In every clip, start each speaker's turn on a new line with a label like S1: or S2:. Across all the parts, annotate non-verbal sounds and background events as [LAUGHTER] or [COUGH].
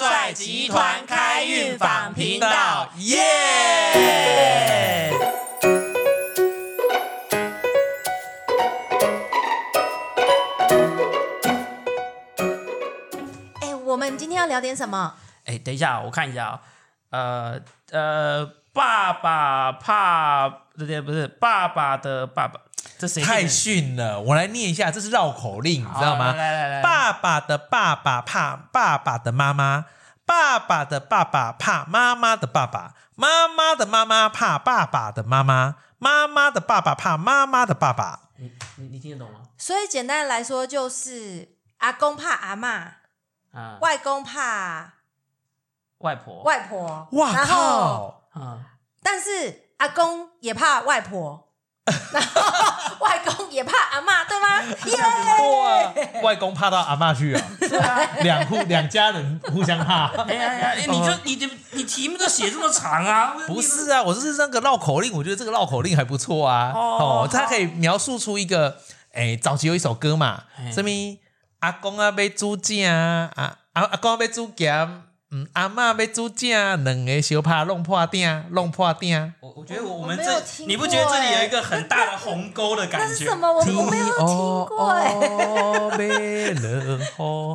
S1: 泰集团开运访频道，耶！
S2: 哎、我们今天要聊点什么？
S1: 哎，等一下，我看一下哦。呃呃，爸爸怕这些不是爸爸的爸爸，这 [LAUGHS] 谁
S3: 太
S1: 念的？
S3: 逊了，我来念一下，这是绕口令，你
S1: 好
S3: 知道吗？
S1: 来来来来，
S3: 爸爸的爸爸怕爸爸的妈妈，爸爸的爸爸怕妈妈的爸爸，妈妈的妈妈怕爸爸的妈妈，妈妈的爸爸怕妈妈的爸爸。
S1: 你你你听得懂吗？
S2: 所以简单来说，就是阿公怕阿嬷，
S1: 啊，
S2: 外公怕
S1: 外婆，
S2: 外婆，
S3: 哇
S2: 然后
S3: 靠！
S1: 嗯，
S2: 但是阿公也怕外
S1: [LAUGHS]
S2: 婆，然后外公也怕阿嬷，对吗？耶、
S3: 哇，啊外公怕到阿
S1: [LAUGHS]
S3: 妈去啊，
S1: 对啊。
S3: 两户两家人互相怕。
S1: 哎呀哎呀，哎你就你就你题目都写这么长 [LAUGHS] 啊？
S3: 不是啊，我是那个绕口令，我觉得这个绕口令还不错啊。
S1: 哦
S3: 哦，它可以描述出一个，哎，早期有一首歌嘛
S1: 嘿，
S2: 哎
S3: 什么阿公啊被猪酱啊，啊阿阿公啊被猪夹，嗯，阿嬷被猪酱，两个小怕弄破顶，弄破顶。
S1: 我我觉得我
S2: 我
S1: 我们
S2: 没有
S1: 这
S2: 听
S1: 你不
S2: 过
S1: 觉得这里有
S2: 哎
S1: 一个很大的鸿沟的感
S2: 那
S1: 觉？
S2: 是什么？我我没有听过哎、
S3: 哦，被了吼！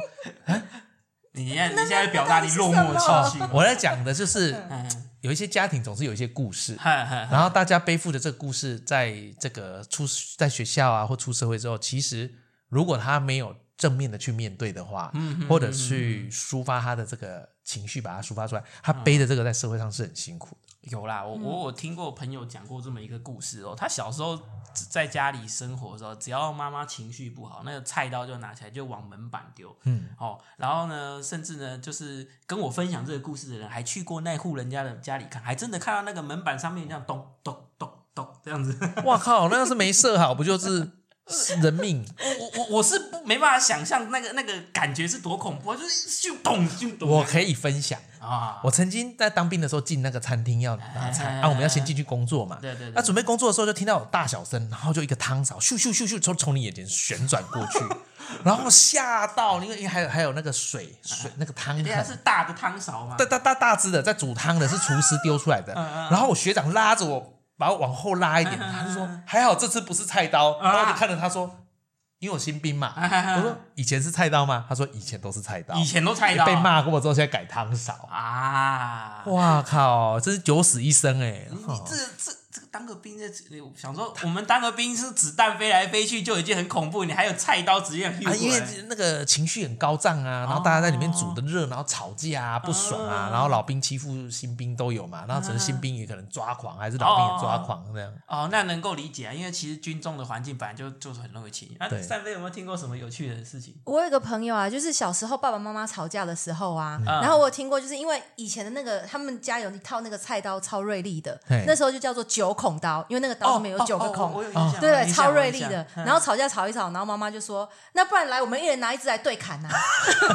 S1: 你现在你现在表达你落寞的情
S2: [LAUGHS]
S1: 绪。
S3: 我在讲的就是
S1: 嗯，
S3: 有一些家庭总是有一些故事，
S1: 嗨嗨嗨
S3: 然后大家背负着这个故事，在这个出在学校啊或出社会之后，其实如果他没有正面的去面对的话，
S1: 嗯嗯
S3: 或者去抒发他的这个情绪，把它抒发出来，他背着这个在社会上是很辛苦的。
S1: 有啦，我
S3: 嗯
S1: 我我听过朋友讲过这么一个故事哦，他小时候只在家里生活的时候，只要妈妈情绪不好，那个菜刀就拿起来就往门板丢，
S3: 嗯，
S1: 哦，然后呢，甚至呢，就是跟我分享这个故事的人，还去过那户人家的家里看，还真的看到那个门板上面这样咚咚咚咚这样子。
S3: 哇靠，那要是没设好，不就是 [LAUGHS] 人命？
S1: [LAUGHS] 我我我是不没办法想象那个那个感觉是多恐怖，就是咻咚咻咚。
S3: 我可以分享，
S1: 啊，
S3: 我曾经在当兵的时候进那个餐厅要拿
S1: 哎哎
S3: 菜
S1: 哎
S3: 啊，我们要先进去工作嘛。
S1: 对对对
S3: 那准备工作的时候就听到有大小声，然后就一个汤勺咻咻咻咻从从你眼前旋转过去，然后吓到，因为因为还有还有那个水水那个汤
S1: 人家
S3: 很
S1: 是大的汤勺嘛
S3: 大，大大大只的在煮汤的，是厨师丢出来的。然后我学长拉着我，把我往后拉一点，他就说还好这次不是菜刀。然后我就看着他说，因为我新兵嘛，我说以前是菜刀吗？他说以前都是菜刀，
S1: [LAUGHS] 以前都菜刀
S3: 被骂过之后，现在改汤勺。
S1: 啊。
S3: 哇靠，真是九死一生哎、
S1: 你你
S3: 哦
S1: 这这这个当个兵的，我想说我们当个兵是子弹飞来飞去就已经很恐怖，你还有菜刀直接
S3: 啊，
S1: hit
S3: 因
S1: 过
S3: 为
S1: 来。哦
S3: 那个情绪很高涨啊，然后大家在里面煮的热，然后吵架啊，不爽啊，然后老兵欺负新兵都有
S1: 嗯
S3: 嘛，然后只能新兵也可能抓狂，还是老兵也抓狂那样。
S1: 哦，那能够理解啊，因为其实军中的环境本来就就是很热情。啊，
S3: 对
S1: 单飞有没有听过什么有趣的事情？
S2: 我有一个朋友啊，就是小时候爸爸妈妈吵架的时候啊，
S1: 嗯
S2: 然后我有听过，就是因为以前的那个他们家有一套那个菜刀超锐利的
S3: 嘿，
S2: 那时候就叫做九孔刀，因为那个刀上面有九个孔，
S1: 哦哦哦我有印象
S3: 哦
S2: 对
S1: 我有
S2: 对，
S1: 印象
S2: 超
S1: 我有
S2: 锐
S1: 印
S2: 利
S1: 象
S2: 的。
S1: 嗯
S2: 然后吵架吵一吵，然后妈妈就说：“那不然来，我们一人拿一支来对砍啊。” [LAUGHS]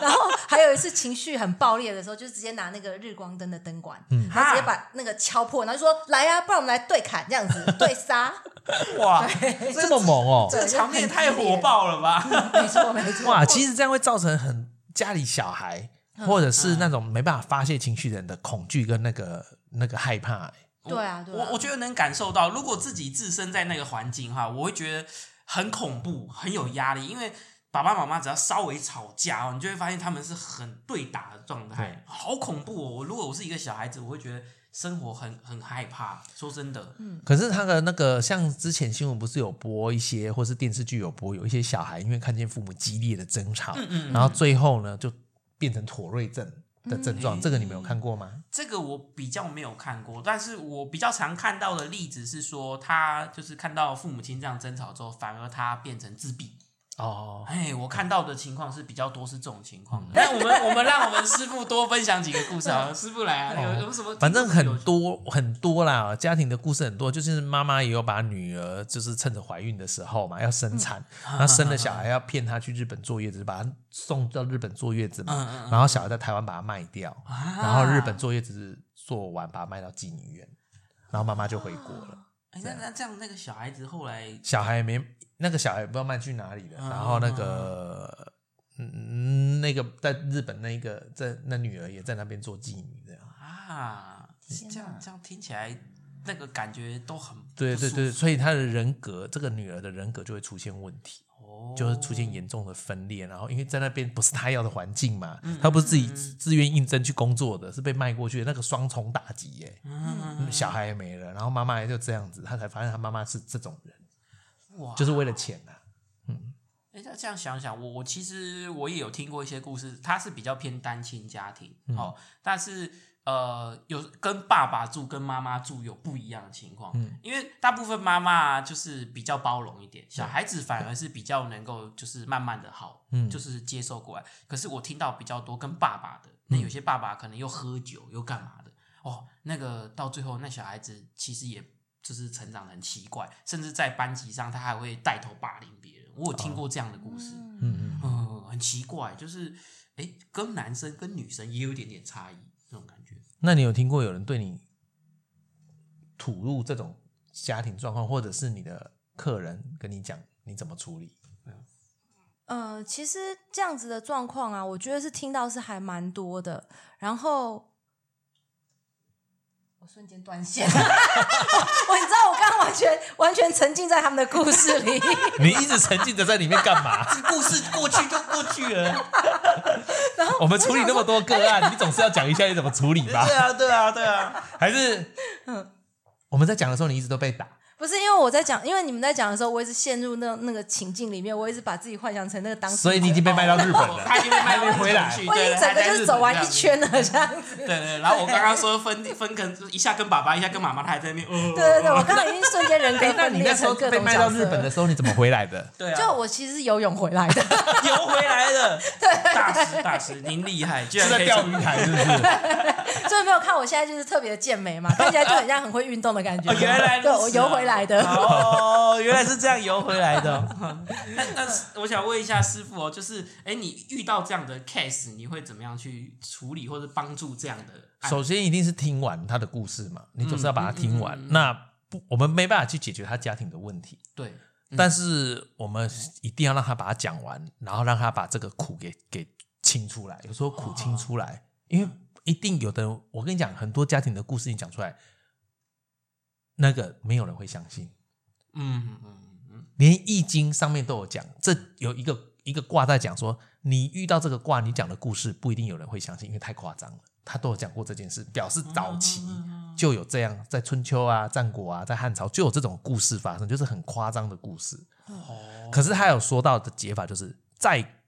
S2: 然后还有一次情绪很爆裂的时候，就是直接拿那个日光灯的灯管，
S3: 嗯
S2: 然后直接把那个敲破，然后就说：“来啊，不然我们来对砍这样子，对
S1: [LAUGHS]
S2: 杀。
S1: [LAUGHS] 哇，
S3: 这么猛哦、
S1: 这个场面也太火爆了吧！”
S2: 没错没错，
S3: 哇，其实这样会造成很家里小孩或者是那种没办法发泄情绪的人的恐惧跟那个那个害怕、欸。
S2: 对啊对啊，
S1: 我我觉得能感受到，如果自己置身在那个环境哈，我会觉得很恐怖，很有压力，因为。爸爸妈妈只要稍微吵架哦，你就会发现他们是很对打的状态
S3: 对，
S1: 好恐怖哦！我如果我是一个小孩子，我会觉得生活很很害怕。说真的，
S2: 嗯
S3: 可是他的那个像之前新闻不是有播一些，或是电视剧有播，有一些小孩因为看见父母激烈的争吵，
S1: 嗯
S3: 然后最后呢就变成妥瑞症的症状，
S1: 嗯
S3: 这个你们有看过吗？
S1: 这个我比较没有看过，但是我比较常看到的例子是说，他就是看到父母亲这样争吵之后，反而他变成自闭。
S3: 哦，
S1: 哎，我看到的情况是比较多是这种情
S3: 嗯
S1: 况的。那我们我们让我们师傅多分享几个故事
S3: [LAUGHS]
S1: 好了，师傅来啊，有有什么？
S3: 哦反正很多很多啦，家庭的故事很多，就是妈妈也有把女儿就是趁着怀孕的时候嘛，要生
S1: 嗯
S3: 产，
S1: 啊
S3: 然后生了小孩要骗她去日本坐月子，把她送到日本坐月子嘛，
S1: 嗯嗯
S3: 然后小孩在台湾把它卖掉，
S1: 啊
S3: [LAUGHS] 然后日本坐月子做完把它卖到妓女院，然后妈妈就回国了，
S1: 哎，那那这样那个小孩子后来
S3: 小孩也没那个小孩也不知道卖去哪里了，
S1: 嗯
S3: 然后那个。嗯，那个在日本那个在那女儿也在那边做妓女这样。
S1: 啊，
S2: 天
S1: 这样
S2: 哪
S1: 这样听起来那个感觉都很不
S3: 对对
S1: 舒
S3: 对，
S1: 服
S3: 所以她的人格，这个女儿的人格就会出现问题。
S1: 哦，
S3: 就是出现严重的分裂，然后因为在那边不是他要的环境嘛，
S1: 嗯
S3: 他不是自己自自愿应征去工作的，是被卖过去的，那个双重打击耶、
S1: 嗯
S3: 小孩也没了，然后妈妈也就这样子，他才发现他妈妈是这种人，
S1: 哇，
S3: 就是为了钱啊。
S1: 哎，那这样想想，我我其实我也有听过一些故事，他是比较偏单亲家庭，
S3: 嗯
S1: 哦，但是呃，有跟爸爸住跟妈妈住有不一样的情况，
S3: 嗯
S1: 因为大部分妈妈就是比较包容一点，小孩子反而是比较能够就是慢慢的好，
S3: 嗯
S1: 就是接受过来。可是我听到比较多跟爸爸的，那
S3: 嗯
S1: 有些爸爸可能又喝酒又干嘛的，哦，那个到最后那小孩子其实也。就是成长得很奇怪，甚至在班级上他还会带头霸凌别人。我有听过这样的故事，
S2: 嗯
S3: 嗯嗯，
S1: 嗯，很奇怪，就是哎、诶跟男生跟女生也有一点点差异，这种感觉。
S3: 那你有听过有人对你吐露这种家庭状况，或者是你的客人跟你讲你怎么处理？ [LAUGHS]
S2: 呃，其实这样子的状况啊，我觉得是听到是还蛮多的。然后我瞬间断线， [LAUGHS] 我你知道我刚刚完全完全沉浸在他们的故事里。 [LAUGHS]
S3: 你一直沉浸的在里面干嘛？
S1: 这 [LAUGHS] 故事过去就过去 [LAUGHS] 了，
S3: 我们处理那么多个
S1: [LAUGHS]
S3: 案，你总是要讲一下你怎么处理吧？
S1: 啊，嗯对啊，对啊， [LAUGHS]
S3: 还是我们在讲的时候，你一直都被打？
S2: 不是因为我在讲，因为你们在讲的时候，我一直陷入那那个情境里面，我一直把自己幻想成那个当事
S3: 所以你已经被卖到日本了。
S1: 哦他已经被卖
S3: 还没回来
S1: 回去
S2: 我已
S1: 对
S2: 经整个就是走完一。圈了这
S3: [LAUGHS]
S2: 样子。
S1: 对对，对然后我刚刚说分分跟一下跟爸爸，一下跟妈妈，他还在那边。
S2: 对
S1: 呃
S2: 对对，我刚刚已经瞬间人格
S3: 哦 [LAUGHS] 哎， [LAUGHS] 那
S2: 分
S3: 你
S2: 裂
S3: 那时候
S2: 成各
S3: 被
S2: 种
S3: 卖
S2: 角
S3: 到日本
S2: 色
S3: 的。时候，你怎么回来
S1: [LAUGHS]
S3: 的？
S1: 对啊，
S2: 就我其实是游泳回来的， [LAUGHS]
S1: 游回来了。大师大师，您厉害，居然
S3: 是
S1: 可
S3: 在
S1: 以
S3: 钓鱼台，是不是？
S2: [LAUGHS] 所以没有看我现在就是特别健美嘛， [LAUGHS] 看起来就很像很会运动的
S1: [LAUGHS]
S2: 感觉。
S1: 哦原来如此
S2: 对
S1: 啊
S2: 我游回来的，
S1: 哦，原来是这样 [LAUGHS] 游回来的。哦那那 [LAUGHS] 是我想问一下师傅哦，就是哎，你遇到这样的 case，你会怎么样去处理或者帮助这样的案？
S3: 首先一定是听完他的故事嘛，你总是要把它听完。那不，我们没办法去解决他家庭的问题，
S1: 对，
S3: 但是我们一定要让他把它讲完，然后让他把这个苦给给清出来。有时候苦清出来，因为一定有的人，我跟你讲，很多家庭的故事你讲出来，那个没有人会相信。
S1: 嗯嗯嗯嗯，
S3: 连《易经》上面都有讲，这有一个一个卦在讲说，你遇到这个卦，你讲的故事不一定有人会相信，因为太夸张了。他都有讲过这件事，表示早
S1: 哦嗯
S3: 期就有这样，在春秋啊、战国啊、在汉朝就有这种故事发生，就是很夸张的故事。
S1: 哦，
S3: 可是他有说到的解法，就是再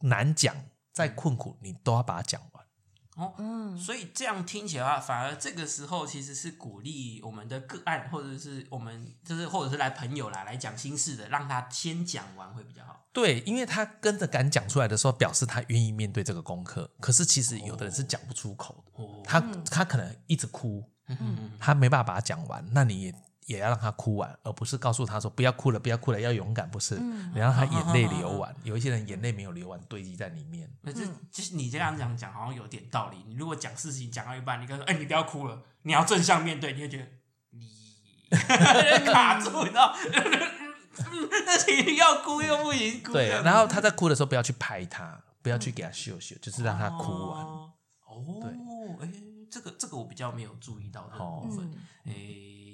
S3: 难讲、
S1: 嗯
S3: 再困苦，你都要把它讲完。
S2: 嗯，
S1: 哦所以这样听起来的话，反而这个时候其实是鼓励我们的个案，或者是我们就是或者是来朋友啦来讲心事的，让他先讲完会比较好。
S3: 对，因为他跟着敢讲出来的时候，表示他愿意面对这个功课。可是其实有的人是讲不出口的，
S1: 哦，
S3: 他他可能一直哭，
S1: 嗯
S3: 他没办法把它讲完，那你也也要让他哭完，而不是告诉他说不要哭了，不要哭了，要勇敢，不是？
S1: 嗯
S3: 你让他眼泪流完。有一些人眼泪没有流完，堆积在里面。
S1: 那这就是你这样讲讲，好像有点道理。你如果讲事情讲到一半，你跟他说：“哎、你不要哭了，你要正向面对。”你会觉得
S3: [LAUGHS]
S1: 你卡住，你知道？ [LAUGHS] 那情要哭又不行，哭
S3: 对，
S1: 这样
S3: 然后他在哭的时候不要去拍他，不要去给他秀
S2: 嗯
S3: 秀，就是让他哭完。
S1: 哦，哦哎、这个这个我比较没有注意到这个部分。哎、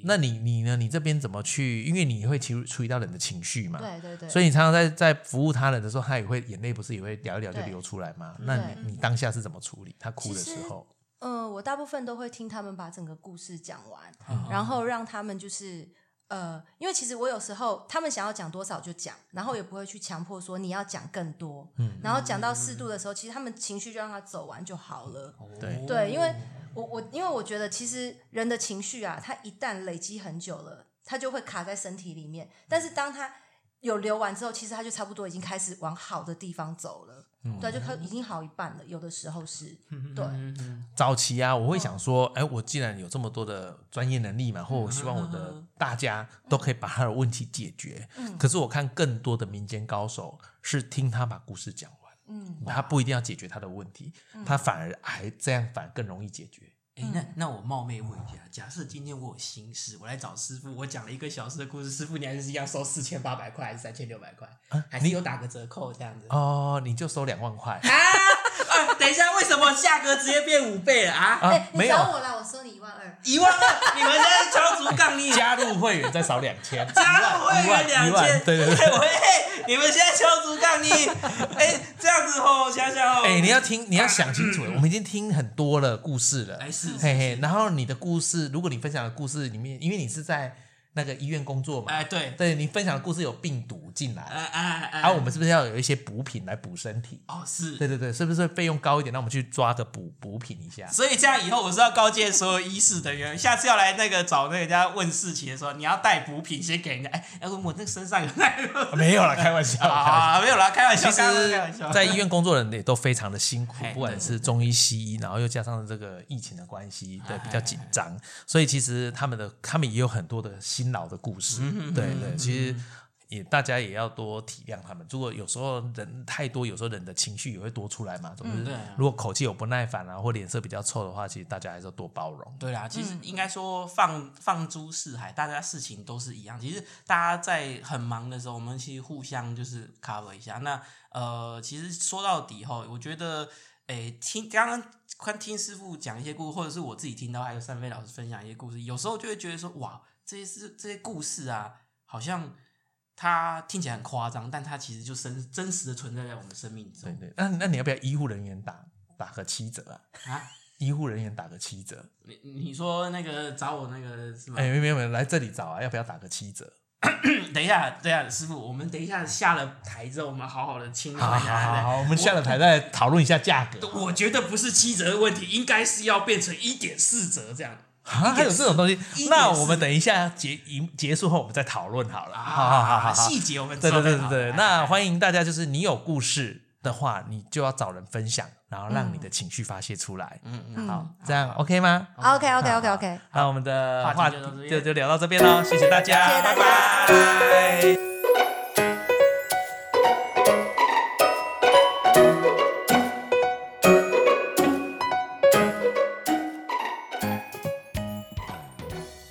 S3: 那你你呢？你这边怎么去？因为你会处处理到人的情绪嘛，
S2: 对对对，
S3: 所以你常常在在服务他人的时候，他也会眼泪不是也会聊一聊就
S2: 对
S3: 流出来吗？那你你当下是怎么处理他哭的时
S2: 其实
S3: 候？
S2: 嗯，我大部分都会听他们把整个故事讲完，
S1: 啊
S2: 然后让他们就是呃，因为其实我有时候他们想要讲多少就讲，然后也不会去强迫说你要讲更多，嗯，然后讲到适度的时候，其实他们情绪就让他走完就好了。
S1: 哦
S3: 对
S2: 对，因
S3: 嗯
S2: 为我我因为我觉得其实人的情绪啊，它一旦累积很久了，它就会卡在身体里面。但是当它有流完之后，其实它就差不多已经开始往好的地方走了。
S3: 嗯
S2: 对，就可已经好一半了。有的时候是，对，
S1: 嗯
S3: 早期啊，我会想
S2: 哦
S3: 说，哎、我既然有这么多的专业能力
S2: 嗯
S3: 嘛，或我希望我的大家都可以把他的问题解决。
S2: 嗯
S3: 可是我看更多的民间高手是听他把故事讲完，
S2: 嗯，
S3: 他不一定要解决他的问题，他反而还这样反而更容易解决。
S1: 哎，那那我冒昧问一下，假设今天我有心事，我来找师傅，我讲了一个小时的故事，师傅你还是一样收四千八百块，还是三千六百块，还是有打个折扣这样子？
S3: 啊哦，你就收两万块
S1: 啊！啊等一下，为什么价格直接变五倍了啊？
S3: 啊
S2: 哎，？
S3: 没
S2: 你
S3: 有
S2: 找，我来，我收你一万二。
S1: 一万二，你们现在敲竹杠，你
S3: 加入会员再少两千，
S1: 加入会
S3: 一
S1: 员
S3: 万
S1: 两
S3: 一
S1: 千，
S3: 万，对对对。
S1: 哎喂，你们现在敲竹杠，你哎这样子哦，我想想哦，
S3: 哎、你要听，你要想清楚。我们已经听很多了故事了，
S1: 哎是是
S3: 嘿嘿。然后你的故事，如果你分享的故事里面，因为你是在那个医院工作嘛，
S1: 哎对，
S3: 对你分享的故事有病毒进来，
S1: 哎哎哎，
S3: 啊，我们是不是要有一些补品来补身体？
S1: 哦是
S3: 对对对，是不是费用高一点？那我们去抓个补补品一下。
S1: 所以这样以后我是要告诫所有医事的人，下次要来那个找那人家问事情的时候，你要带补品先给人家。哎、哎，我那身上有那个。
S3: 没有啦，开玩 [LAUGHS] 笑，开玩笑。
S1: 啊，没有啦，开玩笑，
S3: 其
S1: 开玩笑开玩 [LAUGHS]
S3: 实
S1: 笑，
S3: 在医院工作的人也都非常的辛苦
S1: 嘿，
S3: 不管是中医、西医，然后又加上这个疫情的关系，对，比较紧张，所以其实他们的他们也有很多的辛劳的故事，对对，其实。也大家也要多体谅他们。如果有时候人太多，有时候人的情绪也会多出来嘛。总之，
S1: 对啊
S3: 如果口气有不耐烦啊，或脸色比较臭的话，其实大家还是要多包容。
S1: 对啦，其实应该说放放诸四海，大家事情都是一样。其实大家在很忙的时候，我们其实互相就是 cover 一下。那呃，其实说到底后，我觉得，诶，听刚刚看听师傅讲一些故事，或者是我自己听到还有三飞老师分享一些故事，有时候就会觉得说，哇，这些事这些故事啊，好像它听起来很夸张，但它其实就真真实的存在在我们生命
S3: 对
S1: 中
S3: 对，那那你要不要医护人员打打个七折啊？
S1: 啊。
S3: 医护人员打个七折？
S1: 你你说那个找我那个是吗？
S3: 哎、没有没有，来这里找啊，要不要打个七折？
S1: 等一下，等一下，师傅，我们等一下下了台之后，我们好好的清
S3: 好
S1: 谈一
S3: 好好
S1: 下。
S3: 好，我们下了台再讨论一下价格
S1: 对。不对我觉得不是七折的问题，应该是要变成一点四折这样。
S3: 啊，还有这种东
S1: 一点四
S3: 西？那我们等一下结一结束后，我们再讨论好
S1: 啊
S3: 了。好好好好好，
S1: 细节我们
S3: 对对对
S1: 之后
S3: 对
S1: 再
S3: 对。
S1: 讨论
S3: 那欢迎大家，就是你有故事的话，你就要找人分享，然后让你的情绪发泄出来。
S1: 嗯嗯，
S2: 嗯
S3: 好，这样 OK 吗？
S2: OK OK OK OK。
S3: 那我们的
S1: 话
S3: 话
S1: 题就到这边
S3: 就就聊到这边喽，谢谢大家，
S2: 谢谢大家
S3: 拜拜